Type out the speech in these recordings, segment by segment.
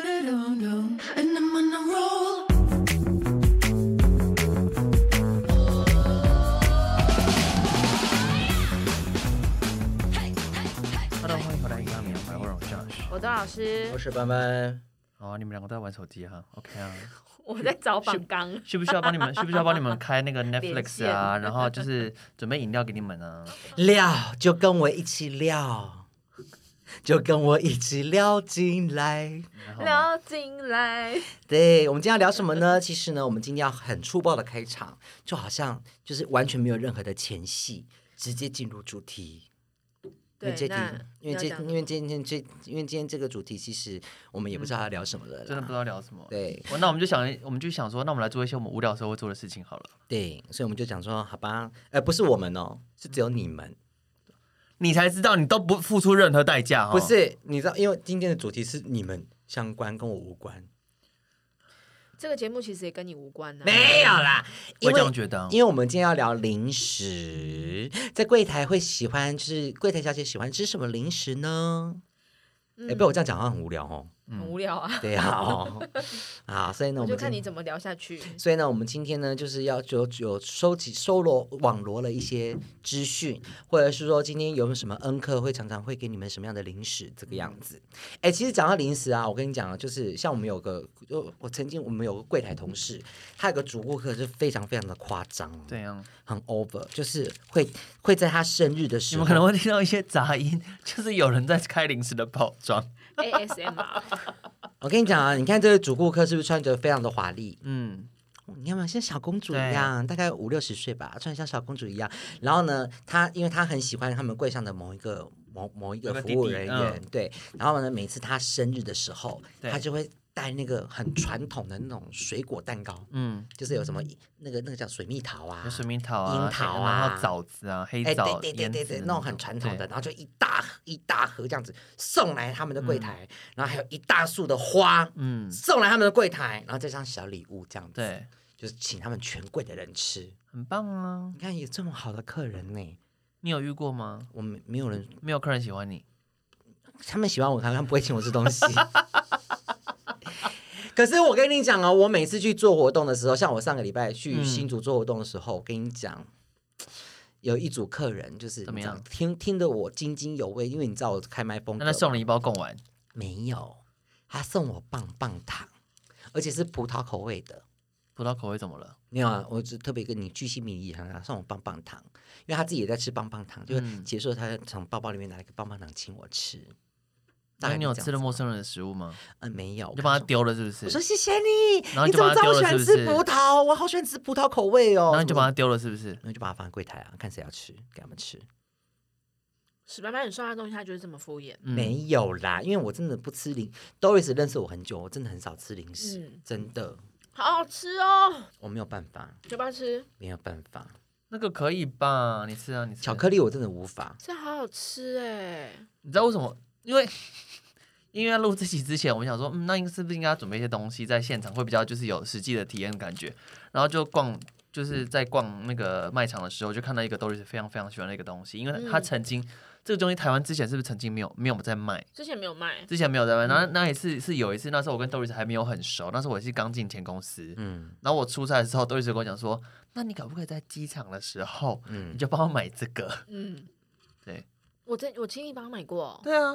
And I'm on a roll. 哈喽，欢迎回来《一样米阳白话荣教室》，我段老师我，是班班。好，哦你们两个都在玩手机哈、o k 啊？我在找榜纲，需不需要帮你们？需不需要帮你们开那个连 Netflix 线啊？然后就是准备饮料给你们啊。料就跟我一起料， 就跟我一起料进来。然后 聊进来，对我们今天要聊什么呢？其实呢，我们今天要很粗暴的开场，就好像就是完全没有任何的前戏，直接进入主题。 因对为这，题那，因为那这，讲因为今天这，因为今天这个主题，其实我们也不知道要聊什么了啦。真的不知道聊什么。哦对我那我们就想，我们就想说，那我们来做一些我们无聊的时候会做的事情好了。对，所以我们就讲说，好吧，呃，不是我们哦，是只有你们，你才知道，你都不付出任何代价、哦，不？是你知道，因为今天的主题是你们相关，跟我无关。这个节目其实也跟你无关啊呢、 没有啦，我因也这为样觉得啊。因为我们今天要聊零食，在柜台会喜欢，就是柜台小姐喜欢吃什么零食呢？哎、嗯被我这样讲好像很无聊哦。很无聊啊，对啊， 哦，啊，所以呢，我我就们看你今怎么聊下 去。所以呢，我们今天呢，就是要就有收集、搜罗、网罗了一些资讯，或者是说今天有没有什么恩客会常常会给你们什么样的零食，这个样子。哎、其实讲到零食啊，我跟你讲啊，就是像我们有个，就我曾经我们有个柜台同事，他有个主顾客是非常非常的夸张哦，怎样？很 over，就是会会在他生日的你时候，们可能会听到一些杂音，就是有人在开零食的包装。 ASMR，我跟你讲啊，你看这位主顾客是不是穿着非常的华丽？嗯，你看嘛，像小公主一样，大概五六十岁吧，穿得像小公主一样。然后呢，她因为她很喜欢他们柜上的某一个某某一个某个服务弟弟嗯人员，对。然后呢，每次她生日的时候，对她就会带那个很传统的那种水果蛋糕，嗯，就是有什么那个那个叫水蜜桃啊有，水蜜桃啊，樱桃啊然后枣子啊，黑哎，枣、对对对对对莲，子那种很传统的，对然后就一大盒一大盒这样子送来他们的柜台，然后还有一大束的花。嗯，送来他们的柜台，然后再上小礼物这样子，，对，就是请他们全柜的人吃。很棒啊。你看有这么好的客人呢，你有遇过吗？我们没有人，没有客人喜欢你，他们喜欢我，他们不会请我吃东西。 可是我跟你讲哦，我每次去做活动的时候，像我上个礼拜去嗯新竹做活动的时候，我跟你讲，有一组客人就是怎么你知道样听听得我津津有味，因为你知道我开麦风那格嘛，他送了一包贡丸，没有，他送我棒棒糖，而且是葡萄口味的。葡萄口味怎么了？没有啊，我只特别跟你居心明义，他送我棒棒糖，因为他自己也在吃棒棒糖，就是嗯结束他从包包里面拿了一个棒棒糖请我吃。大那概你是有这样吃了子陌生人的食物吗？嗯，没有，你就帮我他丢了是不是？我说谢谢你，然后你就怎把么它知道丢我喜了是欢不吃是葡萄？我好喜欢吃葡萄口味哦。然后你就把把他丢了是不是？然后就把它放在柜台啊，看谁要吃，给他们吃。史班班，你送他东西，他就是这么敷衍。嗯没有啦，因为我真的不吃零。Doris 认识我很久，我真的很少吃零食，嗯，真的，好好吃哦，我没有办法，要不要吃？没有办法。那个可以吧？你吃啊，你吃。巧克力我真的无法，这好好吃哎、你知道为什么？因为因为要录这期之前，我想说，嗯，那是不是应该准备一些东西在现场会比较就是有实际的体验感觉？然后就逛，就是在逛那个卖场的时候，就看到一个 Doris 非常非常喜欢的一个东西，因为他嗯曾经、这个东西台湾之前是不是曾经没有没有在卖？之前没有卖，之前没有在卖，然后那一次是有一次，那时候我跟 Doris 还没有很熟，那时候我是刚进前公司，嗯然后我出差的时候，Doris 就跟我讲说，那你可不可以在机场的时候，嗯你。就帮我买这个？嗯， 对，我真我亲戚帮他买过， 哦对啊，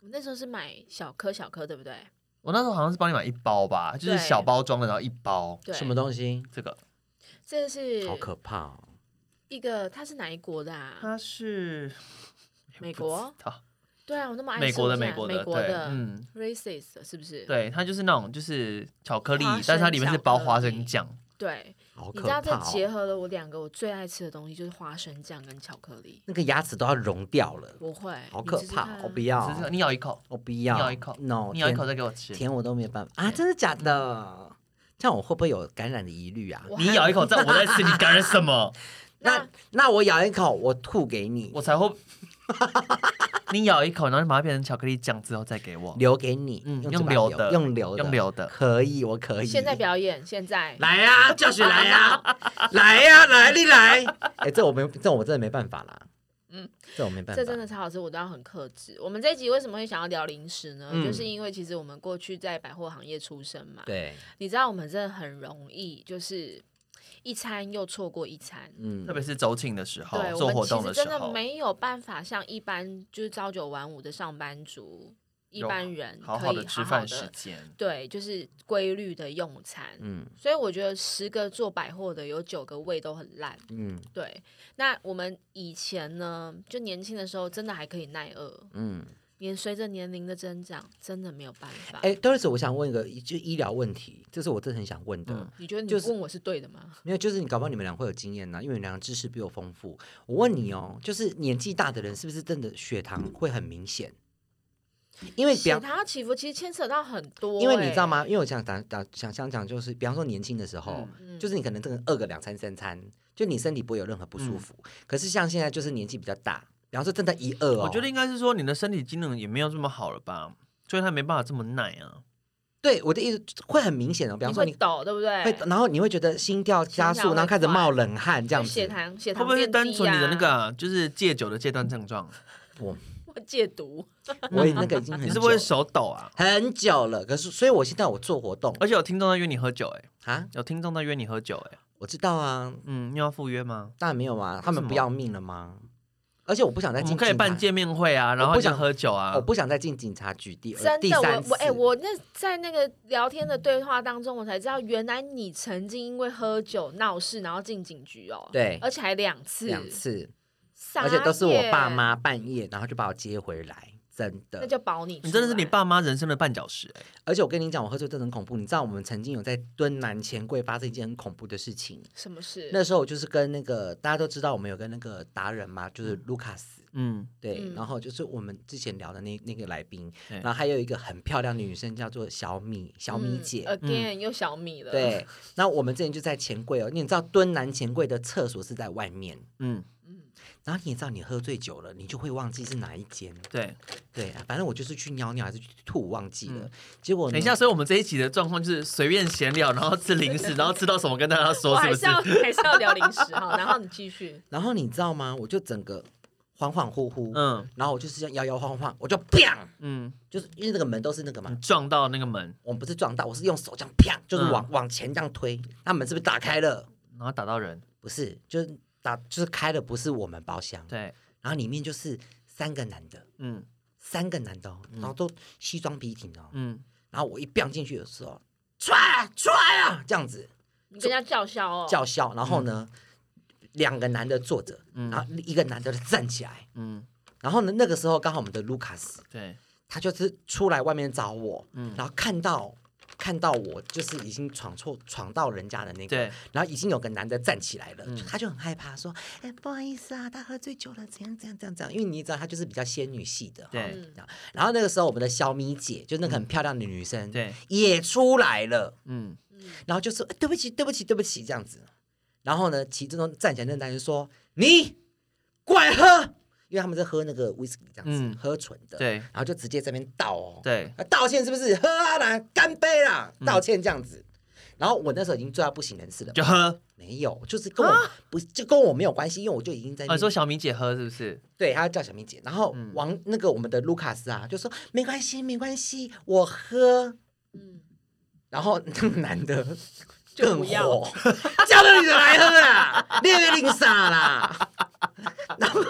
我那时候是买小颗小颗，对不对？我那时候好像是帮你买一包吧，就是对小包装的，然后一包对，什么东西？这个。这是好可怕哦！一个，它是哪一国的啊？它是哎美国？好，对啊，我那么爱美国的，吃我美竟国然的，美国对的，嗯， racist 是不是？对，它就是那种就是巧克力花，但是它生里面巧是包克花力生酱，对好你可知道这怕、结哦！合了我两个我最爱吃的东西，就是花生酱跟巧克力。那个牙齿都要融掉了，我会，好你可试试怕！看我啊不要只，是你咬一口，我不要，你咬一口，no，你咬一口甜哦再给我吃，甜我都没有办法啊！真的假的？这样我会不会有感染的疑虑啊？我你还咬一口，再我再吃，你感染什么？那那我咬一口，我吐给你，我才会。 你咬一口，然后你把它变成巧克力酱之后再给我，留给你，嗯，用用嘴巴流的，用流用的，流的，可以，我可以。现在表演，现在来呀、教学来呀、来呀、来你来！哎、这我没，这我真的没办法啦。这我没办法。这真的超好吃，我都要很克制。我们这一集为什么会想要聊零食呢？嗯就是因为其实我们过去在百货行业出身嘛，对，你知道我们真的很容易就是一餐又错过一餐。嗯特，别是周庆的时候对，我做们活其动实时真的候，没有办法像一般就是朝九晚五的上班族一有般人好可以的吃好饭地时间，对，就是规律的用餐。嗯所以我觉得十个做百货的有九个胃都很烂。嗯对，那我们以前呢，就年轻的时候真的还可以耐饿，嗯。年随着年龄的增长，真的没有办法。哎 d o r i s 我想问一个就医疗问题，这是我真的很想问的。嗯你觉得你就是问我是对的吗？没有，就是你搞不好你们俩会有经验呢、因为你们俩知识比我丰富。我问你哦，就是年纪大的人是不是真的血糖会很明显？因为比血方，糖起伏其实牵扯到很多、欸因为你知道？吗？因为我想打打想想讲，就是比方说年轻的时候，嗯就是你可能真的饿个两三三餐，就你身体不会有任何不嗯舒服。可是像现在就是年纪比较大，比方说真的一饿哦，我觉得应该是说你的身体机能也没有这么好了吧，所以他没办法这么耐啊。对我的意思会很明显哦。比方你说会你抖，对不对？会，然后你会觉得心跳加心跳速，会然后开始冒快冷汗这样就血子。糖血会糖不会是变单低纯你的那呀个、啊、就是戒酒的戒断症 状？我戒毒？我也那个已经很你是久不是会了手抖啊？很久了，可是所以我现在我做活动而且有听众在约你喝酒、欸，哎，啊，有听众在约你喝酒、欸，哎，我知道啊，嗯，你要赴约吗？当然没有啊，他为什们么不要命了吗？而且我不想再我进们可以警办察见面会啊，然后我不你就想喝酒啊我。不想再进警察局第二真呃第的，三我次，我哎、我那在那个聊天的对话当中，我才知道原来你曾经因为喝酒闹事，然后进警局哦。对而且还两次，两，次，傻而且都是我眼爸，妈半夜，然后就把我接回来。真那的，就保你。你真的是你，爸妈人生的绊脚石哎、而且我跟你讲，我喝醉真的很恐怖。你知道我们曾经有在敦南钱柜发生一件很恐怖的事情。什么事？那时候我就是跟那个大家都知道，我们有跟那个达人嘛，就是卢卡斯，嗯，对，嗯然后就是我们之前聊的那那个来宾，对然后还有一个很漂亮的女生叫做小米，小米嗯姐。 again 又小米了，对，那我们之前就在钱柜哦，你也知道敦南钱柜的厕所是在外面，嗯，然后你也知道你喝醉酒了，你就会忘记是哪一间。对。对，啊反正我就是去尿尿还是去吐，忘记了。嗯结果呢等一下，，所以我们这一集的状况就是随便闲聊，然后吃零食， 然后吃到什么跟大家我说，是还不是是？要还是要聊零食哈。然后你继续，然后你知道吗？我就整个恍恍惚惚，嗯然后我就是这样摇摇晃晃，我就砰，嗯，就是因为那个门都是那个嘛，你撞到那个门，我们不是撞到，我是用手这样啪，就是嗯往、往前这样推，那门是不是打开了？然后打到人，不是，就是打就是开了，不是我们包厢，对，然后里面就是三个男的，嗯三个男的、哦，然后都西装笔挺哦，嗯，然后我一飙进去的时候，出来出来啊，这样子你跟人家叫嚣哦，叫嚣，然后嗯呢，两个男的坐着，然后一个男的站起来，嗯，然后呢，那个时候刚好我们的卢卡斯对，他就是出来外面找我，嗯然后看到看到我就是已经闯错闯到人家的那个对，然后已经有个男的站起来了，嗯就他就很害怕说，哎、不好意思啊，他喝醉酒了，怎样怎样怎样怎样，因为你知道他就是比较仙女系的，对嗯哈然后然后那个时候我们的小米姐就那个很漂亮的女生，对，也出来了，嗯，然后就说、哎对不起对不起对不起这样子，然后呢，其中站起来那个男人说你过来喝，因为他们在喝那个威士忌这样子，嗯喝纯的，对然后就直接这边倒哦，对，嗯啊，道歉是不是？喝啊啦，干杯啦，道歉这样子。然后我那时候已经醉到不省人事了，就喝。没有，就是跟我、不是就跟我没有关系，因为我就已经在那啊，边、你说嗯小明姐喝是不是？对，他叫小明姐，然后王、那个我们的卢卡斯啊，就说没关系，没关系，我喝。嗯，然后那个男的就更不要火，叫那女的来喝 啊啦，你别领傻啦。然后，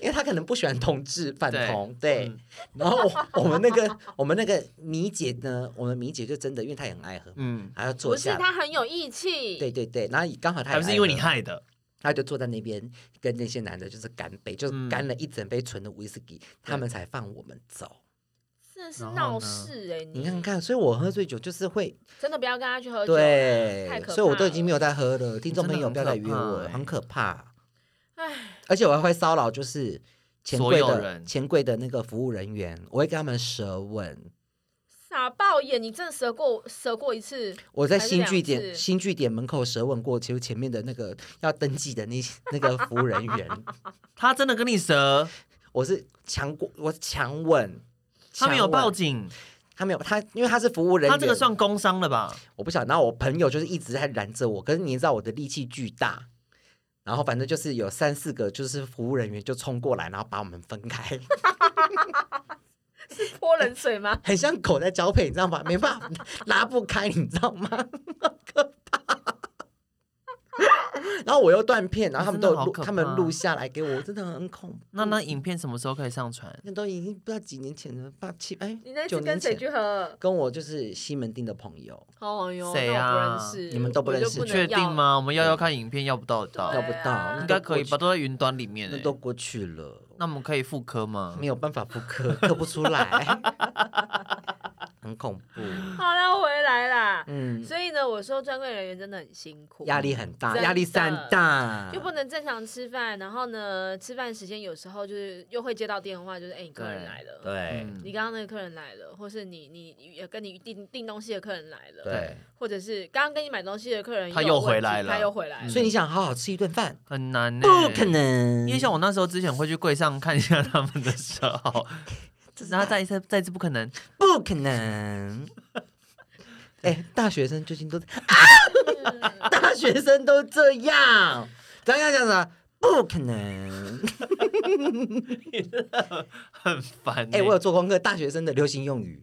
因为他可能不喜欢同志反同，对。嗯然后我我们那个我们那个米姐呢，我们米姐就真的，因为她也很爱喝，嗯，还要坐不是下来。他很有义气，对，对对，然后刚好她也还不是因为爱你喝害的，他就坐在那边跟那些男的，就是干杯，就是嗯干了一整杯纯的威士忌，他们才放我们走。真的是然后呢闹事哎，你看看，所以我喝醉酒就是会真的不要跟他去喝酒啦，对太可，怕所以我都已经了没有在喝了。听众朋友你不要真的很再约可怕我，欸很可怕。唉，而且我还会骚扰，就是钱所柜有的人钱柜的那个服务人员，我会跟他们舌吻。傻爆眼！你真的折过折过一 次，我在还是新两据点次新据点门口舌吻过，其实前面的那个要登记的那些那个服务人员，他真的跟你蛇，我是强过，我是强吻。他没有强吻报，警，他没有他，因为他是服务人员，他这个算工伤了吧？我不想。然后我朋友就是一直在拦着我，可是你也知道我的力气巨大，然后反正就是有三四个就是服务人员就冲过来，然后把我们分开，泼冷水吗？很像狗在交配，你知道吗？没办法拉不开，你知道吗？ 好可怕。 然后我又断片，然后他们都有真的好录，可怕他们录下来给我，我真的很恐怖。那那影片什么时候可以上传？那都已经不知道几年前了，八七哎，你那九次年跟谁前去喝？跟我就是西门町的朋友，哦哟，谁那我啊不认识，你们都不我就认识不能确定要？吗？我们要要看影片，要不到得到，要不对啊到应该可以吧？？都在云端里面、那欸都过去那都过去了，那我们可以复刻吗没？有办法复刻，刻不出来， 很恐怖。好了，回来啦。嗯，嗯所以呢，我说专柜人员真的很辛苦，压力很大，真的压力山大，就不能正常吃饭，然后呢，吃饭时间有时候就是又会接到电话，就是哎、你客人对来了，对嗯你刚刚那个客人来了，或是你你你跟你订订东西的客人来了，对对。或者是刚刚跟你买东西的客人他又又有问回题来了他又回来了，所以你想好好吃一顿饭，很难嗯呢、不可能。因为像我那时候之前会去柜上看一下他们的时候， 然后再一次再一次不可能，不可能。哎、大学生最近都嗯啊，大学生都这样，咱要讲什么？不可能！嗯很烦、欸。哎、我有做功课，大学生的流行用语，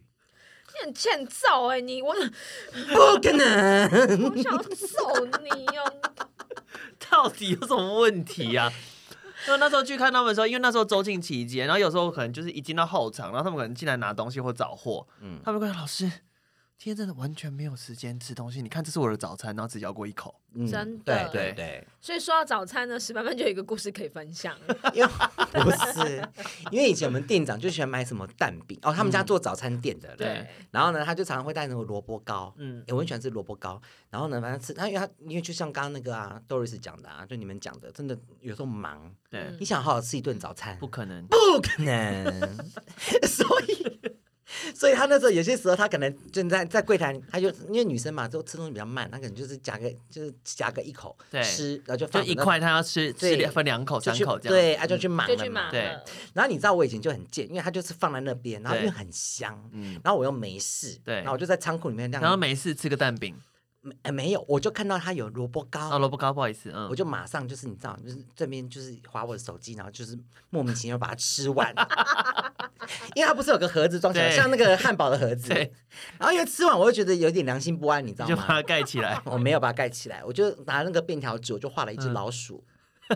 你很欠揍哎、你我不可能。我想要揍你哦、 到底有什么问题啊？因为那时候去看他们的时候，因为那时候周庆期间，然后有时候可能就是一进到后场，然后他们可能进来拿东西或找货，嗯他们会说老师，今天真的完全没有时间吃东西，你看这是我的早餐，然后只咬过一口，嗯真对的欸对对，所以说到早餐呢，石斑斑就有一个故事可以分享。因为不是，因为以前我们店长就喜欢买什么蛋饼哦，他们家嗯做早餐店的，对，然后呢，他就常常会带那种萝卜糕，嗯欸我很喜欢吃萝卜糕。然后呢，反正吃，他因为他因为就像刚刚那个啊，Doris 讲的啊，就你们讲的，真的有时候忙，对，你想好好吃一顿早餐，嗯不可能，不可能， 所以。所以他那时候有些时候，他可能就在在柜台，他就因为女生嘛，都吃东西比较慢，他可能就是夹个就是夹个一口对吃，然后就就放一着块他要吃吃对两分两口就三去口这样，嗯对，啊就去忙就了去嘛买对了，然后你知道我以前就很贱，因为他就是放在那边，然后因为对很香，嗯，然后我又没事，对然后我就在仓库里面这样，然后没事吃个蛋饼，没、哎没有，我就看到他有萝卜糕，啊萝卜糕不好意思，嗯我，就马上就是你知道，就是这边就是划我的手机，然后就是莫名其妙把它吃完， 因为它不是有个盒子装起来，对像那个汉堡的盒子，对，然后因为吃完我就觉得有点良心不安，你知道就把吗，它？盖起来我没有把它盖起来，我就拿那个便条纸，我就画了一只嗯老鼠，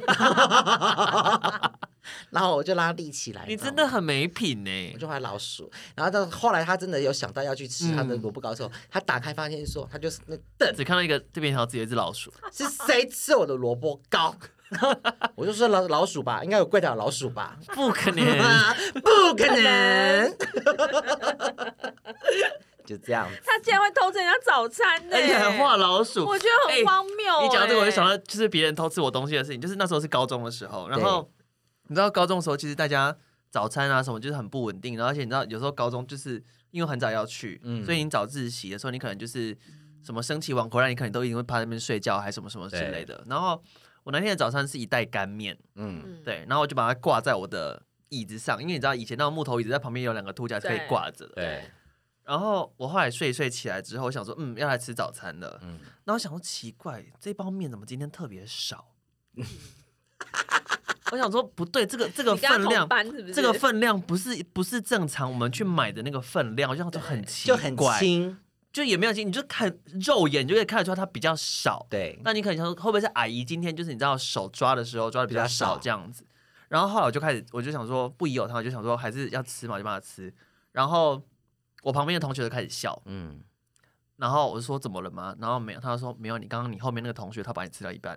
然后我就拉立起来。 你知道真吗的很没品欸呢、我就画老鼠，然后到后来他真的有想到要去吃他的嗯萝卜糕之后，他打开发现说他就是那瞪只看到一个这边条自己一只老鼠，是谁吃我的萝卜糕？ 我就说老老鼠吧，应该有柜台有老鼠吧？ 不可能，啊，不可能， 就这样。他竟然会偷吃人家早餐呢、 而且还画老鼠，我觉得哎很荒谬、你讲到这个，我就想哎到就是别人偷吃我东西的事情，就是那时候是高中的时候，然后你知道高中的时候，其实大家早餐啊什么就是很不稳定，然后而且你知道有时候高中就是因为很早要去，嗯所以你早自习的时候，你可能就是什么升旗晚回来，你可能都一定会趴在那边睡觉，还什么什么之类的。然后我那天的早餐是一袋干面，嗯，嗯，对，然后我就把它挂在我的椅子上，因为你知道以前那种木头椅子在旁边有两个凸架是可以对挂着的，对，然后我后来睡一睡起来之后，我想说，嗯，要来吃早餐了。嗯然后我想说，奇怪，这包面怎么今天特别少？ 我想说，不对，这个这个嗯你跟他分量同，班是不是？这个分量不是不是正常我们去买的那个分量，我就想说很奇就很怪，轻，就也没有轻，你就看肉眼你就可以看得出来它比较少。对，那你可能想说，会不会是阿姨今天就是你知道手抓的时候抓的比较比较少少这样子？然后后来我就开始，我就想说不疑有他，我就想说还是要吃嘛，我就帮他吃。然后我旁边的同学就开始笑，嗯，然后我就说怎么了吗？然后没有，他就说没有，你刚刚你后面那个同学他把你吃到一半。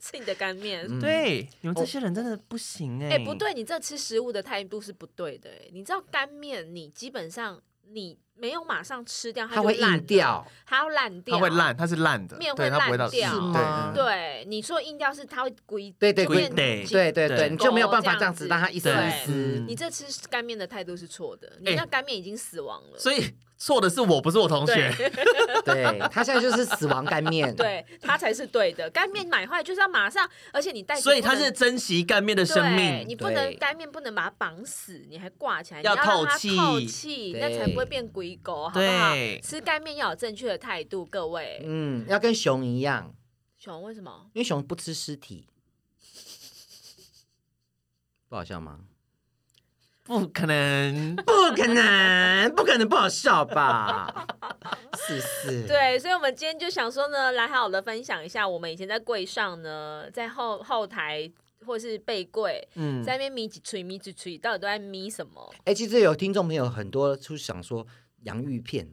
吃你的干面。嗯对，你们这些人真的不行哎、哎、不，对，你这吃食物的态度是不对的、哎你知道干面，你基本上你没有马上吃掉，它就会烂硬掉，了，它会烂掉，它会。烂，它是烂的，面对，会它不会烂到掉对是嗯吗对，你说硬掉是它会龟，对对就龟变对紧对对对，对你就没有办法这这样样子子让它一丝一对丝，你这吃干面的态度是错的，嗯你哎那干面已经死亡了。所以错的是我，不是我同学。 对对，它现在就是死亡干面，，对，它才是对的。干面买坏就是要马上，而且你带，所以他是珍惜干面的对生你命，不能对干面不能把它绑死，你还挂起来，你要要让它透气透气，那才对不会变鬼狗，好不好？对，吃干面要有正确的态度，各位。嗯，要跟熊一样，熊为什么？因为熊不吃尸体， 不好笑吗？不可能，不可能，不可能不好笑吧？是不是？，对，所以我们今天就想说呢，来好的分享一下，我们以前在柜上呢，在后后台或是背柜，嗯，在那边咪几吹咪几吹，到底都在咪什么？哎、其实有听众朋友很多就想说洋芋片、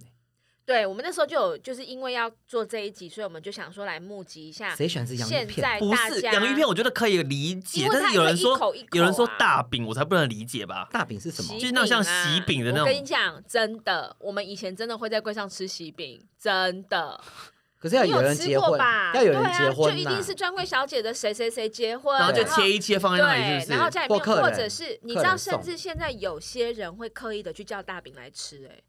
对我们那时候就有，就是因为要做这一集，所以我们就想说来募集一下谁喜欢吃洋芋啊现片？在不大是家洋芋片，我觉得可以理解因，为但它是有人说会一口一口啊有人说大饼，我才不能理解吧？大饼是什么？喜就是那种像啊喜饼的那我跟种你讲，真的，我们以前真的会在柜上吃喜饼，真的。可是要你有人有吃结过婚吧？，要有人结对啊，婚、就呐。一定是专柜小姐的谁谁谁结婚，然后就对切一切放在那里，对，是然后不是？家里面，或客或人者是你客知道，人甚送至现在有些人会刻意的去叫大饼来吃、哎、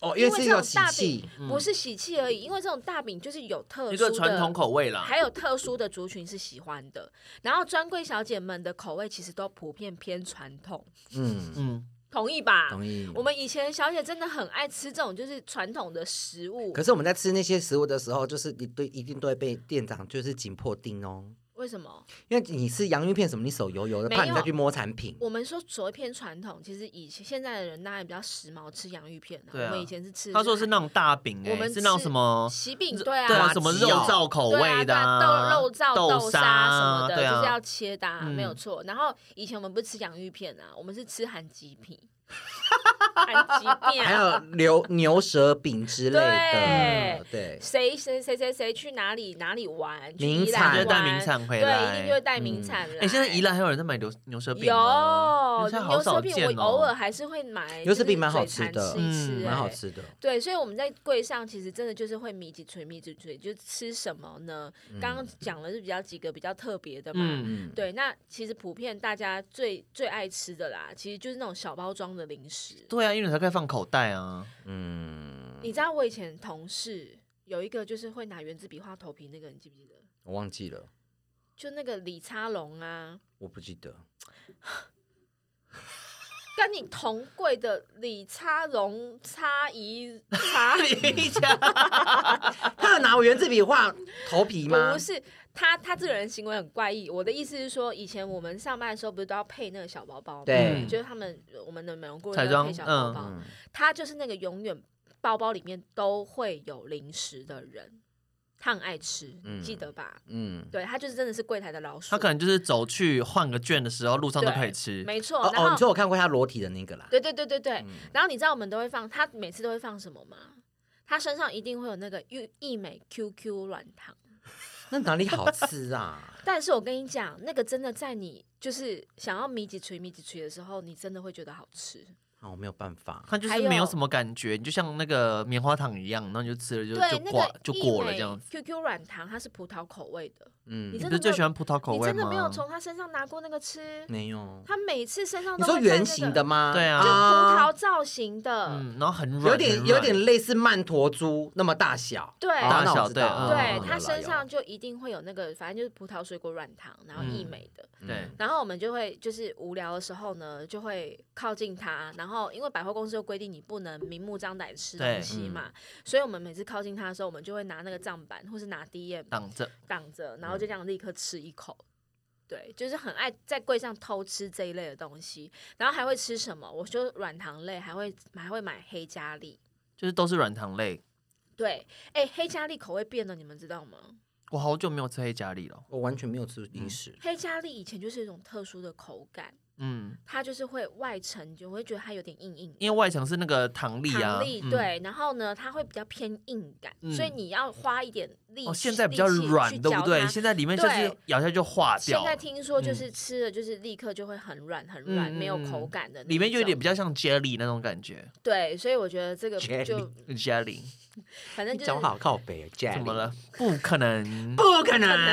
哦，因因为为这是种有喜大 气，不是喜气而已，因为这种大饼就是有特嗯一殊个的传统口味啦。还有特殊的族群是喜欢的，然后专柜小姐们的口味其实都普遍偏传统，嗯，嗯，同意吧？同意。我们以前小姐真的很爱吃这种就是传统的食物可，是我们在吃那些食物的时候，就是你对一定都会被店长就是紧迫盯哦，为什么？因为你是洋芋片什么，你手油油的，没怕你再有去摸产品。我们说所谓偏传统，其实以前现在的人当然比较时髦，吃洋芋片、啊。对啊我们以前是吃，他说是那种大饼，我们哎，是那种吃什么？喜饼，对啊，对啊，麻什么吉肉哦燥口对味啊的对啊、啊豆肉燥、豆沙沙什么的，对就是要啊，切的、啊，嗯没有错。然后以前我们不是吃洋芋片啊，我们是吃韩吉皮， 韩吉片，啊还有牛牛舌饼之类的，对，谁谁谁谁谁去哪里哪里玩，去名宜产兰就玩，是带名产回对，一定就会来。带名产来。哎，现在宜兰还有人在买牛牛舌饼吗，有现在牛好舌少饼，见我哦。偶尔还是会买，牛舌饼就是蛮好嘴吃馋的吃一吃嗯蛮好哎吃的。对，所以我们在柜上其实真的就是会米几吹米几吹，就吃什么呢？刚刚讲的是比较几个比较特别的嘛。嗯，嗯，对，那其实普遍大家最最爱吃的啦，其实就是那种小包装的零食。对啊，因为你才可以放口袋 啊。嗯，你知道我以前同事有一个就是会拿圆珠笔画头皮那个，你记不记得？我忘记了，就那个李叉龙啊，我不记得。跟你同柜的李叉龙、叉姨、叉你讲他有拿我圆珠笔画头皮吗不？是他，他这个人行为很怪异。我的意思是说，以前我们上班的时候不是都要配那个小包包吗？对就是他们我们的美容顾彩问都要配妆小包嗯包，嗯，他就是那个永远包包里面都会有零食的人，他很爱吃，你嗯记得吧？嗯，对他就是真的是柜台的老鼠，他可能就是走去换个券的时候，路上都可以吃。没错。哦然哦，后、你说我看过他裸体的那个啦，对对对对对，嗯然后你知道我们都会放，他每次都会放什么吗？他身上一定会有那个玉益美 QQ 软糖。那哪里好吃啊？但是我跟你讲，那个真的在你就是想要米几锤米几锤的时候，你真的会觉得好吃。啊，我没有办法。它就还是有没有什么感觉，你就像那个棉花糖一样，然后你就吃了就对，就那挂、个就益过了美这样子。 QQ 软糖它是葡萄口味的，嗯你你真不的是最没有喜欢葡萄口你味吗？真的没有从他身上拿过那个吃？没有。他每次身上你都说会带那圆个形的吗？对啊就就葡萄啊，造型的，嗯，然后很软，有点很有软点类似曼陀珠那么大小。对。哦大那我小知对道嗯对嗯他有身有上就一定会有那个，反正就是葡萄水果软糖，然后益嗯美的。对，然后我们就会就是无聊的时候呢，就会靠近他。然后因为百货公司又规定你不能明目张胆吃东西嘛，所以我们每次靠近他的时候，我们就会拿那个账板或是拿 DM 挡着。挡着，然后就这样立刻吃一口。对，就是很爱在柜上偷吃这一类的东西，然后还会吃什么？我就软糖类，还会还会买黑加力。就是都是软糖类。对，哎、黑加力口味变了，你们知道吗？我好久没有吃黑加力了，我完全没有吃零食。黑加力以前就是一种特殊的口感，嗯，它就是会外层，就会觉得它有点硬硬的因为外层是那个糖粒啊，糖粒嗯，对，然后呢，它会比较偏硬感，嗯所以你要花一点力气。哦，现在比较力气去软，对嚼不对？它现在里面就是对咬下去就化现掉在了，听说就是吃了，就是立刻就会很软很软，嗯没有嗯嗯口感的那一种，里面就有点比较像 jelly 那种感觉呃对，所以我觉得这个 Jelly 就，jelly 反正你就讲是好靠北哦，Jelly 怎么了？？不可能，不可可能。嗯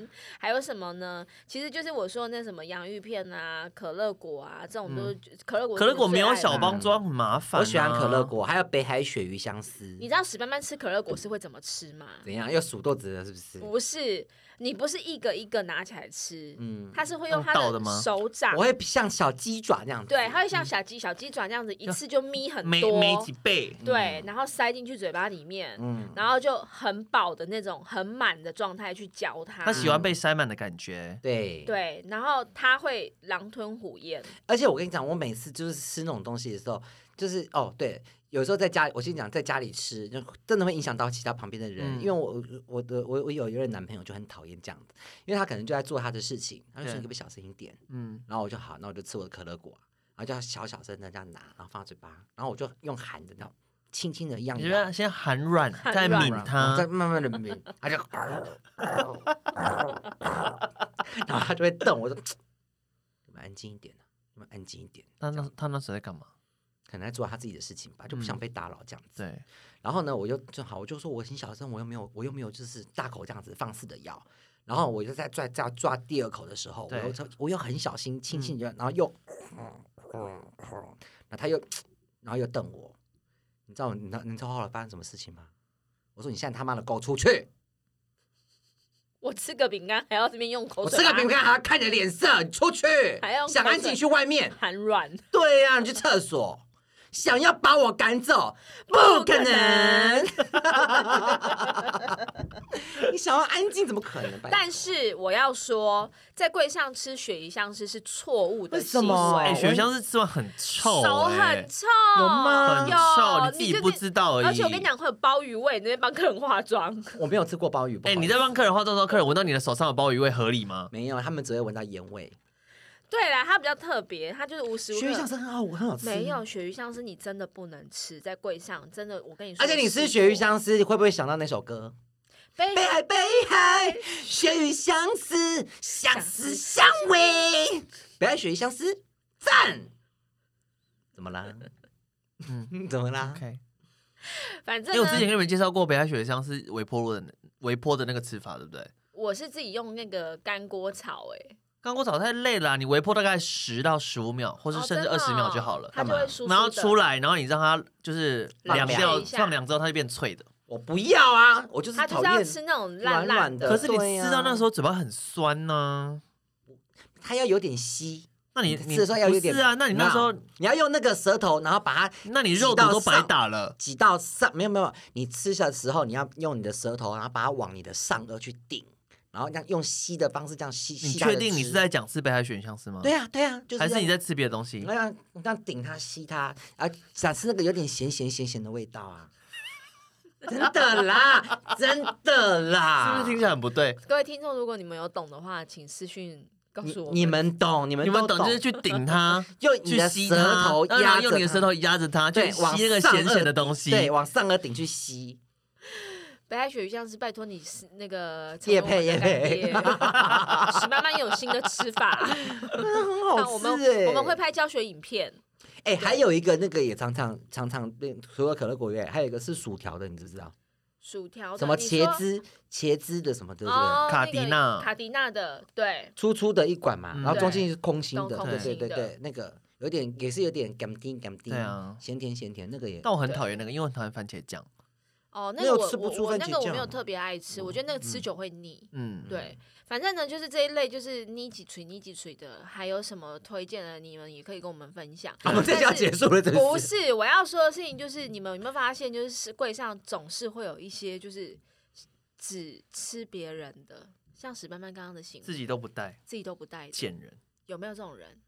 能还有什么呢？其实就是我说那什么洋芋片啊、可乐果啊这种都是可乐果，嗯可乐果没有小包。包装很麻烦、我喜欢可乐，果，还有北海鳕鱼香丝你。知道史班班吃可乐果是会怎么吃吗？怎样？要数豆子了是不是？不是，你不是一个一个拿起来吃，嗯，它是会用用它倒的吗嗯手掌我，会像小鸡爪那样子，对，它会像小鸡小鸡爪这样子，一次就咪很啊没多，没几嗯倍，对，然后塞进去嘴巴里面，嗯，然后就很饱的那种很满的状态去嚼它。他喜欢被塞满的感觉。对。对，然后它会狼吞虎咽，而且我跟你讲，我每次就是吃那种东西的时候，就是哦，对，有时候在家里，我先讲在家里吃，就真的会影响到其他旁边的嗯人。因为我我的我我有一任男朋友就很讨厌这样子，因为他可能就在做他的事情，他就说对你可不可以小声一点？嗯，然后我就好，那我就吃我的可乐果，然后就要小小声的这样拿，然后放到嘴巴，然后我就用含的那种轻轻的样你子觉。得先含软，含再软抿然后再它，慢慢的抿，他就，然后他就会瞪我说：“你们安静一点啊，你们安静一点。”他那他那时候在干嘛？可能在做他自己的事情吧，就嗯不想被打扰这样子。对，然后呢，我就正好我就说我很小声，我又没有我又没有就是大口这样子放肆的咬。然后我就在抓抓抓第二口的时候，我对又我又很小心轻嗯轻就，然后又，那他又，然后又瞪我，你知道你知道你知道后来发生什么事情吗？我说你现在他妈的给我出去！我吃个饼干还要这边用口我水，吃个饼干还要看你的脸色，你出去还要！想安静去外面，含 软，对呀、你去厕所。想要把我赶走，不可能！ 你想要安静，怎么可能？拜托但是我要说，在柜上吃鳕鱼香吃是错误的为什行么哎，我雪为。鱼香是吃完很臭，手哎很臭，有吗？有很臭，你自己就不知道而已。而且我跟你，讲，会有鲍鱼味，你那边帮客人化妆。我没有吃过鲍鱼，不哎，好意你思在帮客人化妆的时候，客人闻到你的手上有鲍鱼味，合理吗？没有？他们只会闻到盐味。 对啦，它比较特别，它就是无时无鳕鱼香刻。是很好，很好吃。没有，鳕鱼香是你真的不能吃，在柜上真的，我跟你说。而且你吃我试鳕鱼过，香丝，会不会想到那首歌？被北海，北海，鳕鱼香丝，相思相偎。北海鳕鱼香丝，赞！怎么啦？嗯，怎么啦？ OK，反因哎正哎为我之前呢，给你们介绍过北海雪鱼香是微波炉的那微波的那个吃法，对不对？我是自己用那个干锅炒，哎，干锅炒太累了啊、你微波大概十到十五秒，或是哦甚至真二的十秒就哦好了。它就干嘛会酥然后出来，来，然后你让它就是放凉凉掉，一下放凉之后它就变脆的。我不要啊！我就是它就讨是要厌吃那种软烂软烂的可是你对吃啊到那时候嘴巴很酸呢、它要有点稀。那你吃你的时候要不有点是啊？那你那时候，你要用那个舌头，然后把它那你肉毒挤到都白上打了。挤到上，没有没有，你吃的时候你要用你的舌头，然后把它往你的上颚去顶，然后这样用吸的方式这样吸。你吸它的确定你汁是在讲吃北海雪鱼香是吗？对呀、对呀、啊就是还是你在在吃别的东西那？样这样顶它吸它，啊，想吃那个有点咸咸咸咸的味道啊。真的啦，真的是啦，不 是听起来很不对？各位听众，如果你们有懂的话，请私讯告诉我你你们懂，你们你们都懂就是去顶 它，用你去的吸舌它头当然压用着你的舌它头压着它，去对往吸那个上咸颚咸的东西。对，往上颚顶去吸。北海鳕鱼酱是拜托你是那个业配业配 史妈妈也有新的吃法， 很那好我吃们哎、我欸们会拍教学影片，哎、还有一个那个也常常常常被除了可乐果以外，还有一个是薯条的，你知不知道？薯条的什么你说茄子茄子的什么的，对不对？哦，卡那迪个娜卡迪娜的对，粗粗的一管嘛，嗯然后中间是空心的，对对对对空心的对，那个有点也是有点甘丁甘丁，对啊咸甜咸甜那个也。但我很讨厌那个，因为我很讨厌番茄酱。哦，那没有个我吃不我出我番那茄个我没酱啊有特别爱吃，我觉得那个吃久会腻。嗯，对，反正呢，就是这一类，就是捏几锤、捏几锤的，还有什么推荐的，你们也可以跟我们分享。 我们这但就要是结束了，真不是。是，我要说的事情就是，你们有没有发现，就是柜上总是会有一些就是只吃别人的，像史班班刚刚的行为，自己都不带，自己都不带的，贱人。有没有这种人？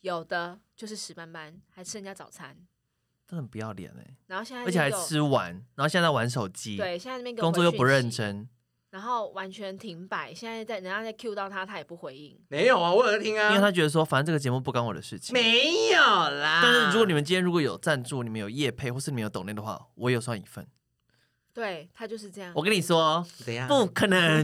有的，就是史班班还吃人家早餐，真的很不要脸哎、然后现在而且还又吃完，然后现在在玩手机，对，现在那边给我工作回又不讯认息，真，然后完全停摆。现在在人家在 Q 到他，他也不回应。没有啊，我有在听因为啊，他觉得说，反正这个节目不干我的事情。没有啦。但是如果你们今天如果有赞助，你们有业配或是你们有抖内的话，我有算一份。对他就是这样。我跟你说，哦怎样？不可 能。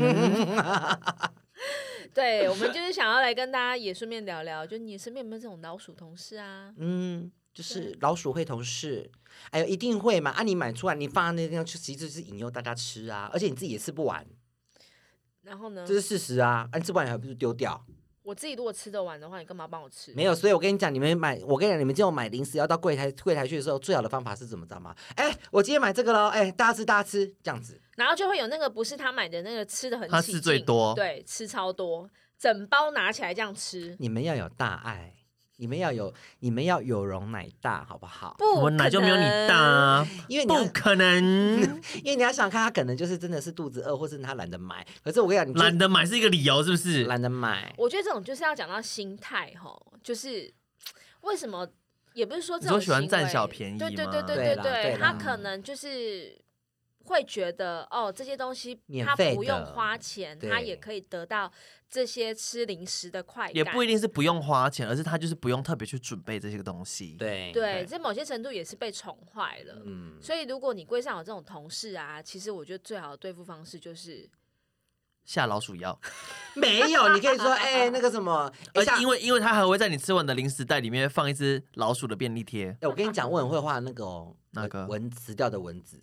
对我们就是想要来跟大家也顺便聊聊，就你身边有没有这种老鼠同事啊？嗯，就是老鼠会同事，哎呦，一定会嘛！啊，你买出来，你放在那地方，就其实就是引诱大家吃啊，而且你自己也吃不完，然后呢？这是事实啊。啊，你吃不完还不是丢掉？我自己如果吃得完的话，你干嘛帮我吃？没有，所以我跟你讲，你们买，我跟你讲，你们这种买零食要到柜台柜台去的时候，最好的方法是怎么知道吗？哎，我今天买这个喽，哎，大家吃大家吃，这样子。然后就会有那个不是他买的那个吃的很起劲，他吃最多对，吃超多，整包拿起来这样吃，你们要有大爱，你们要有，你们要有容乃大，好不好？不，我奶就没有你大、。啊，因为你要不可 能，因为你要想看，他可能就是真的是肚子饿，或是他懒得买。可是我跟你讲，你就懒得买是一个理由，是不是？懒得买，我觉得这种就是要讲到心态吼，就是为什么也不是说这你说种喜欢行占为小便宜对对吗对对对啦对对，啦他可能就是会觉得哦，这些东西免他费不用的花钱，他也对可以得到这些吃零食的快感，也不一定是不用花钱，而是他就是不用特别去准备这些东西。，对对，在某些程度也是被宠坏了。嗯，所以，如果你柜上有这种同事啊，其实我觉得最好的对付方式就是，下老鼠药， 没有，你可 以说，哎、那个什么，哎而且下因为因为他还会在你吃完的零食袋里面放一只老鼠的便利贴，哎我跟你讲，我很会画那个哦，哪个蚊死掉的蚊子，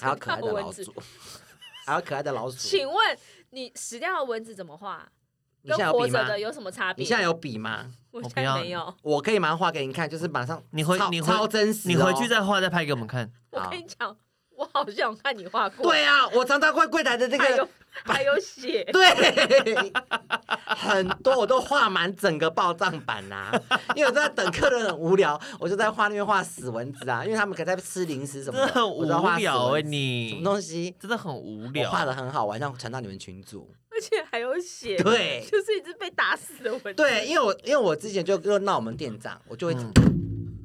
还有可爱的老死掉鼠， 还有可爱的老鼠。请问你死掉的蚊子怎么画？你跟现在有活笔吗着？的有什么差别？你现在有笔吗？我我现不要在没有。我可以马上画给你看，就是马上你回超你回超真实、哦，你回去再画再拍给我们看。我好跟你讲，我好想看你画过。对啊，我常常会柜台的这还哎 个，有还有血对，很多我都画满整个报账 板呐、因为我在等客人很无聊，我就在画那边画死蚊子啊，因为他们可能在吃零食什真么的 的，很我无都要画死聊哎、蚊子什么你东西？真的很无我聊。画的很好玩，然后传到你们群组。而且还有血，对就是一只被打死的蚊子。对，因为我因为我之前就就闹我们店长，我就会嗯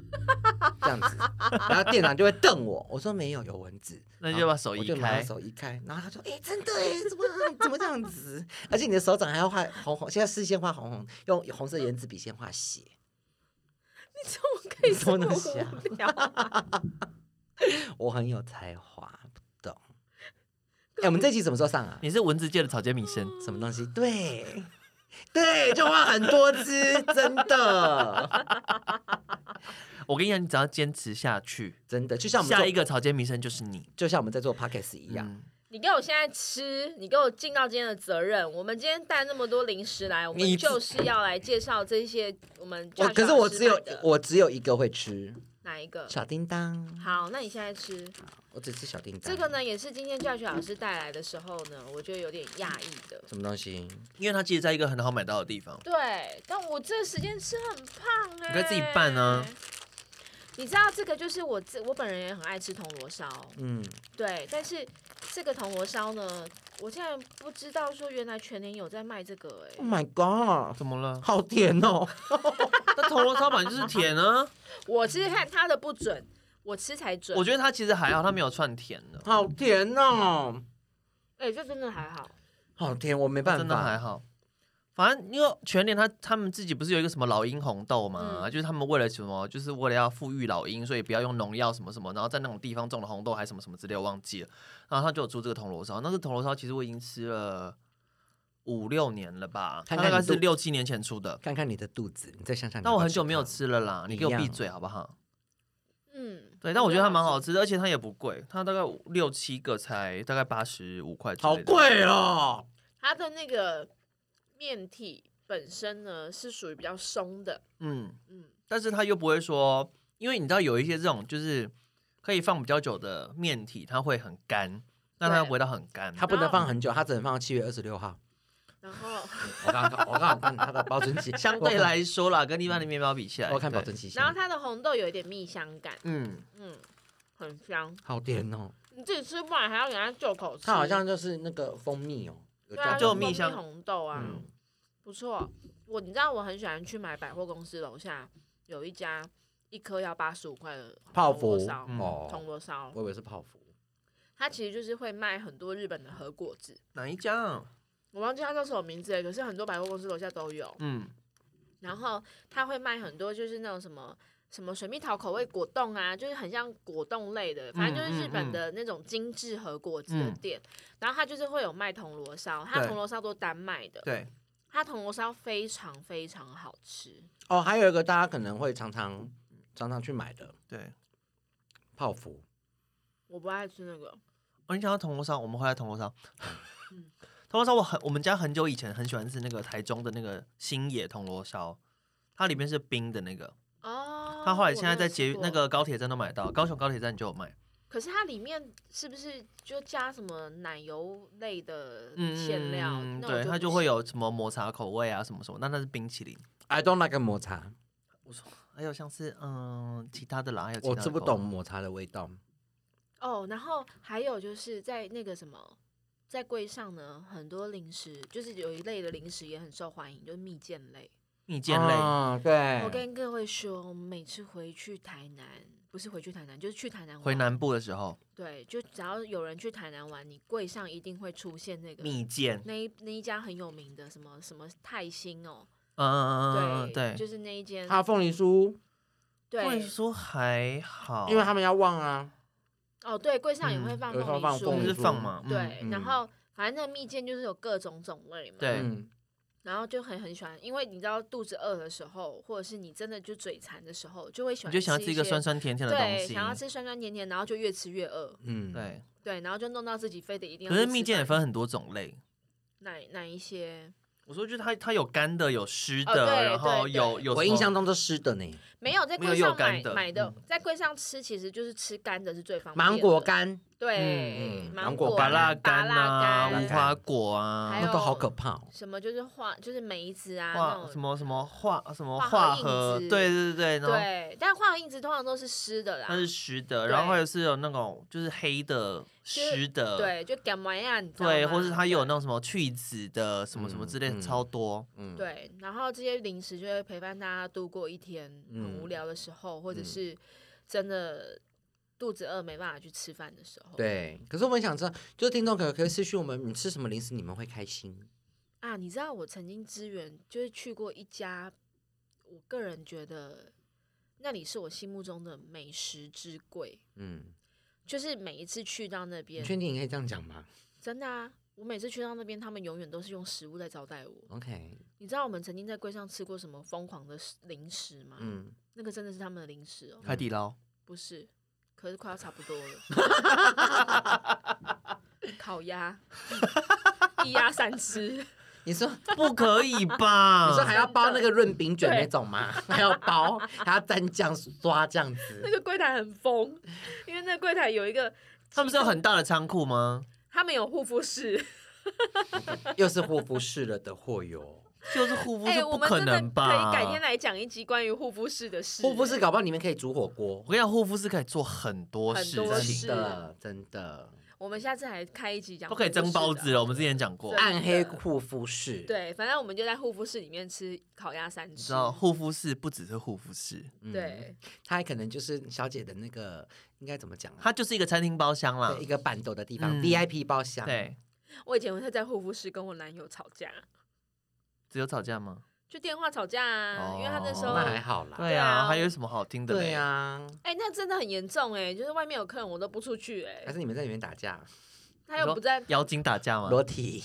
这样子，然后店长就会瞪我，我说没有，有蚊子，那你就把手我移就拿开手一开，然后他说，哎、真的哎，怎么怎么这样子？而且你的手掌还要画红红，现在视线画红红，用红色圆珠笔先画血。你怎么可以什么这么东西啊无聊 啊？我很有才华，不懂。哎、我们这期什么时候上啊？你是蚊子界的草间弥生，什么东西？对，对，就画很多只，真的，我跟你讲，你只要坚持下去，真的，就像我们下做一，个草间弥生就是你。就像我们在做 podcast 一样。嗯你给我现在吃，你给我尽到今天的责任。我们今天带那么多零食来，我你们就是要来介绍这些我们。我可是我只有的我只有一个会吃哪一个？小叮当，好，那你现在吃我只吃小叮这当。个？呢，也是今天教学老师带来的时候呢，我觉得有点讶异的。什么东西？因为它其实在一个很好买到的地方，对，但我这时间吃很胖哎、你可以自己拌啊。你知道这个就是我自我本人也很爱吃铜锣烧，嗯，对，但是这个铜锣烧呢，我竟然不知道说原来全年有在卖这个哎、 Oh my god，怎么了？好甜哦！那铜锣烧版就是甜啊，我是看他的不准，我吃才准。我觉得它其实还好，它没有串甜的，好甜哦！哎、这真的还好，好甜，我没办法。真的还好。反正因为全年他他们自己不是有一个什么老鹰红豆嘛，嗯就是他们为了什么，就是为了要富裕老鹰，所以不要用农药什么什么，然后在那种地方种的红豆还什么什么之类，我忘记了。然后他就有做这个铜锣烧，那这铜锣烧其实我已经吃了五六年了吧，看它看大概你肚是六七年前出的。看看你的肚子，你再想想你要不要吃它。但我很久没有吃了啦，你给我一样闭嘴好不好？嗯，对，但我觉得它蛮好吃。吃的，而且它也不贵，它大概五六七个才大概八十五块之好类的，贵哦！它的那个面体本身呢是属于比较松的，嗯。嗯，但是他又不会说，因为你知道有一些这种就是可以放比较久的面体，它会很干，但它对味道很干。它它不能然后放很久，它只能放到七月二十六号。然后。我刚刚我刚刚看它的保 存期，相对来说啦，跟一嗯般的面包比起来，我看对保存期限然，后它的红豆有一点蜜香感，嗯，嗯，很香。好甜哦，你自己吃不完还要给它就口吃，它好像就是那个蜂蜜哦，有对啊，加就就蜂蜂蜜蜜香红豆啊，嗯不错。我你知道我很喜欢去买百货公司楼下有一家一颗要八十五块的泡铜锣芙烧，嗯铜哦，锣烧，我以为是泡芙，它其实就是会卖很多日本的和果子，哪一家啊？我忘记它叫什么名字了，可是很多百货公司楼下都有。嗯，然后它会卖很多就是那种什么。什么水蜜桃口味果冻啊，就是很像果冻类的，反嗯正就是日本的那种精致和果子的店。然后它就是会有卖铜锣烧，它对铜锣烧都单卖的，对，它铜锣烧非常非常好吃。哦，还有一个大家可能会常常常常去买的对。泡芙，我不爱吃那个，嗯哦，你讲到铜锣烧，我们回来铜锣烧。铜锣烧我很我们家很久以前很喜欢吃那个台中的那个新野铜锣烧，它里面是冰的那个，哦。它后来我现没在有在吃捷运那过，个高铁站都买得到，高雄高铁站就有卖。可是它里面是不是就加什么奶油类的嗯，馅料？嗯那我对，它就就不会行。有什么抹茶口味啊，什么什么，那那是冰淇淋。 I don't like 抹茶，还有像是嗯其他的啦，还有其我他吃的不口懂味。抹茶的味道。哦，然后还有就是在那个什么，在柜上呢，很多零食，就是有一类的零食也很受欢迎，就是蜜饯类。蜜饯类，啊对，哦哎我跟各位说，我们每次回去台南，不是回去台南，就是去台南玩。回南部的时候，对，就只要有人去台南玩，你柜上一定会出现那个蜜饯，那一那一家很有名的什么什么泰兴哦，嗯嗯嗯嗯嗯，对，对。就是那一间，还有凤梨酥，凤对梨，酥还好，因为他们要旺啊，哦对，柜上也会嗯放有时凤候梨放凤就梨是酥，酥放嘛，嗯对，嗯然后反正那蜜饯就是有各种种类嘛，对嗯，然后就很很喜欢，因为你知道肚子饿的时候，或者是你真的就嘴馋的时候，就会喜你欢就想要吃吃一个些酸酸甜甜的东对，西，想要吃酸酸甜甜，然后就越吃越饿，嗯，对。对，然后就弄到自己非嗯得一定要可去吃是饭。蜜饯也分很多种类，哪哪一些？我说就是它它有干的，有湿哦对的，然后对有有我什么印象中都湿的呢，没有在没有柜又上干买的嗯买的，在柜上吃其实就是吃干的是最方便的。芒果干，对嗯，嗯芒芒果芭干辣干干啊、干无花果啊还那有，都好可怕哦。什么就是化就是梅子啊化那什种。么什么化什么化化合合，印子对对对，然后对，但化合印子通常都是湿的啦它，是湿的，然后还有是有那种就是黑的就是湿的，对，就干嘛呀？你知道对，吗或是它有对那种什么去籽的什么什么之类的，嗯嗯超多。嗯，对，然后这些零食就会陪伴大家度过一天很无嗯聊的时候，或者嗯是真的肚子饿没办法去吃饭的时候。对，可是我们想知道，就是听众可可以私讯我们，你吃什么零食你们会开心？啊，你知道我曾经支援就是去过一家，我个人觉得那里是我心目中的美食之贵，嗯，就是每一次去到那你边，确定你可以这样讲吗真的啊。我每次去到那边，他们永远都是用食物在招待我。 ？OK，你知道我们曾经在柜上吃过什么疯狂的食零食吗？嗯，那个真的是他们的零食哦。海底 捞，不是，可是快要差不多了。烤鸭，一鸭三吃，你说不可以吧？ 你说还要包那个润饼卷嗯对那种吗？ 还要包，还要蘸酱刷这样那子。个柜台很疯，因为那个柜台有一个，他们是有很大的仓库吗？他们有护肤室，又是护肤室了的货哟。就是护肤哎、是我不们可真的能可以吧？改天来讲一集关于护肤室的事。护肤室搞不好里面可以煮火锅我，跟你讲，护肤是可以做很多很事多情事真的真的。我们下次还开一集讲，都可以蒸包子。了。哦我们之前讲过对，暗黑护肤室，，对，反正我们就在护肤室里面吃烤鸭三你吃知。道护嗯肤室不只是护肤室，对，嗯它可能就是小姐的那个应该怎么讲啊？它就是一个餐厅包厢啦对，。一个板斗的地方、嗯 v i p 包厢，，对，我以前会在护肤室跟我男友吵架，只有吵架吗？就电话吵架啊，因为他那时候哦那还好啦。对啊啊，还有什么好听的嘞？对呀，哎、那真的很严重哎、就是外面有客人我都不出去哎、还是你们在里面打架，他又不在，妖精打架吗？裸体，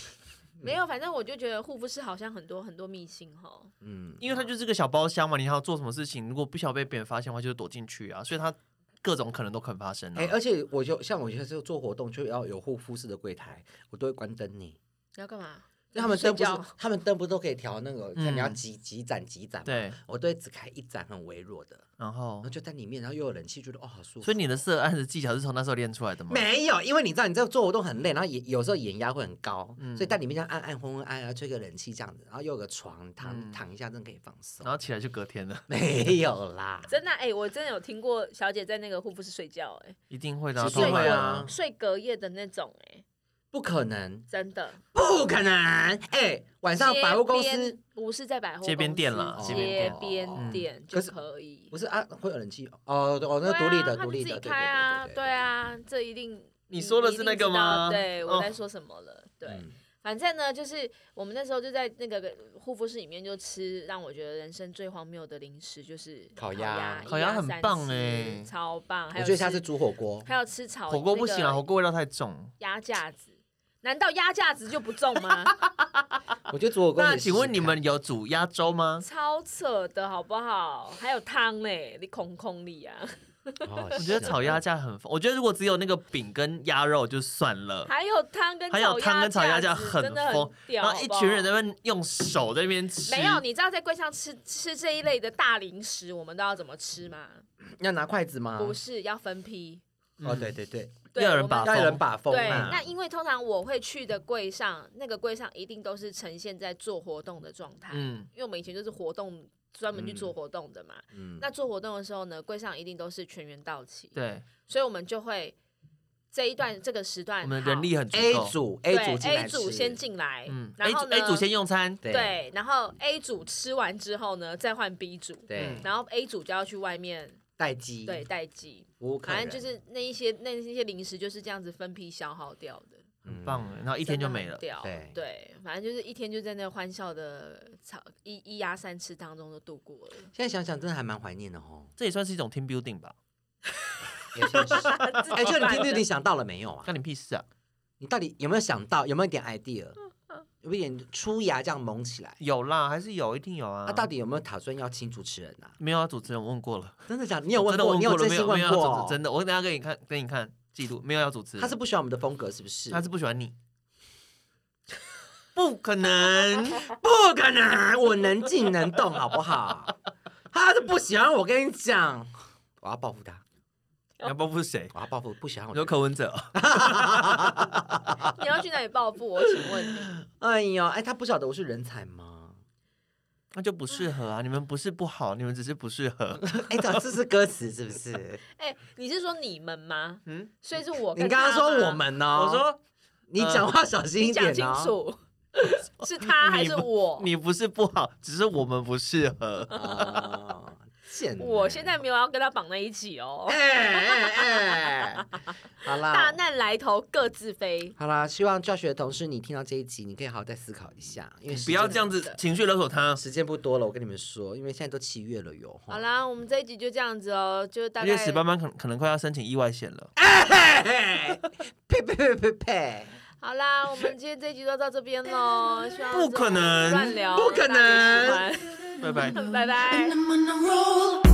没有，反正我就觉得护肤室好像很多很多秘辛哈。嗯，因为它就是个小包厢嘛，你还要做什么事情？如果不想被别人发现的话，就是躲进去啊，所以它各种可能都可能发生啊。哎，而且我就像我有时候做活动就要有护肤室的柜台，我都会关灯呢。你要干嘛？因为他们灯不睡是觉，他们灯不都可以调那个，嗯看你要几几盏几盏。，对，我都会只开一盏，很微弱的，然然后后，就在里面，然后又有冷气，觉得哦好舒服。所以你的色暗的技巧是从那时候练出来的吗？没有，因为你知道你这个做活动很累，然后也有时候眼压会很高，嗯所以在里面这样暗暗昏昏暗，然后吹个冷气这样子，然后又有个床躺、嗯躺一下，真的可以放松然。后起来就隔天了， 没有啦， 真的哎、我真的有听过小姐在那个护肤室睡觉哎、一定会的啊，是睡当然啊睡隔夜的那种哎、不可能，真的。不可能！哎、晚上百货公街司边不是在百货公司街边店啦街街边边店店嗯就可是可以。不是啊，会有冷气哦，对哦，那对独立的，啊他独就立自己的，对开啊，对对，啊，这一定。你说的是一定那个知道吗对，我哦在说什么了？对对，对嗯反正呢，就是我们那时候就在那个护肤室里面就吃，让我觉得人生最荒谬的零食就是烤鸭鸭，一烤鸭鸭很三棒吃欸超棒！还我有觉得下吃次煮火 锅，还有吃炒火锅不那行啊，个火锅味道太重。鸭架子，难道鸭架子就不重吗？ 我觉得煮火锅那也试试请看。问你们有煮鸭粥吗？欸超扯的好不好？还有汤嘞，你空空里啊！我我觉得炒鸭架很，我觉得如果只有那个饼跟鸭肉就算了，还有汤跟呃还有汤跟炒鸭架架很真的疯很，屌然后一好不好群人在那边用手在那边吃，没有，你知道在柜上吃吃这一类的大零食，我们都要怎么吃吗？要拿筷子吗？不是要分批，哦，对对对，对啊要有我人们把要有人风把风对，嘛那。因为通常我会去的柜上，那个柜上一定都是呈现在做活动的状态，嗯因为我们以前就是活动专门去做活动的嘛。嗯，那做活动的时候呢，柜上一定都是全员到齐，对，所以我们就会这一段这个时段，我们好人力很足 A 够，组对 A 组进来 A 组吃先进来，嗯然，A 后组呢 A 组先用餐，对对，然后 A 组吃完之后呢，再换 B 组，对嗯然后 A 组就要去外面待机对待机，服务客反人正就是那一些那那些零食就是这样子分批消耗掉的。嗯很棒欸哎，然后一天就没了，。掉对对，反正就是一天就在那欢笑的草一一鸭三吃当中就度过了。现在想想真的还蛮怀念的哦 这也算是一种 team building 吧？也算是 哎，就你 听听你想到了没有啊？干你屁事啊！你到底有没有想到？有没有一点 idea？有 没有一点出芽这样萌起来？有啦，还是有，一定有啊。那到底有没有打算要请主持人啊？没有啊？主持人我问过了，真的假的？你有问真的过？你有啊了真没心有没问有要主过？哦持真的，我等一下给你看，给你看记录，没有要主持人，他是不喜欢我们的风格，是不是？他是不喜欢 你，不可能， 不可能，我能静能动，好不好？ 他是不喜欢我，跟你讲，我要报复他，你要报复谁？我要报复不喜欢我你的说人。柯文哲哦， 你要去哪里报复我？请问你，哎呦，哎，他不晓得我是人才吗？ 那就不适合啊！你们不是不好，你们只是不适合。哎，这这是歌词是不是？哎、你是说你们吗？嗯嗯，所以是我跟你刚刚他说吗我，们哦，我说你讲话小心呃你一点讲清哦。楚， 是他还是 我？你不是不好，只是我们不适合。哦贱 人我现在没有要跟他绑在一起哦。哎哎哎，大好啦。难来头各自飞，好啦，希望教学的同事你听到这一集，你可以好好再思考一下，因为时不间要这样子情绪勒索他，时间不多了，我跟你们说，因为现在都七月了哟。好，啦，我们这一集就这样子哦，就大而概且史班班可可能快要申请意外险了。呸呸呸呸呸！好啦，我们今天这一集就到这边喽， 希望不可能乱聊，不可能大家喜欢拜拜。拜拜。 And I'm on a roll.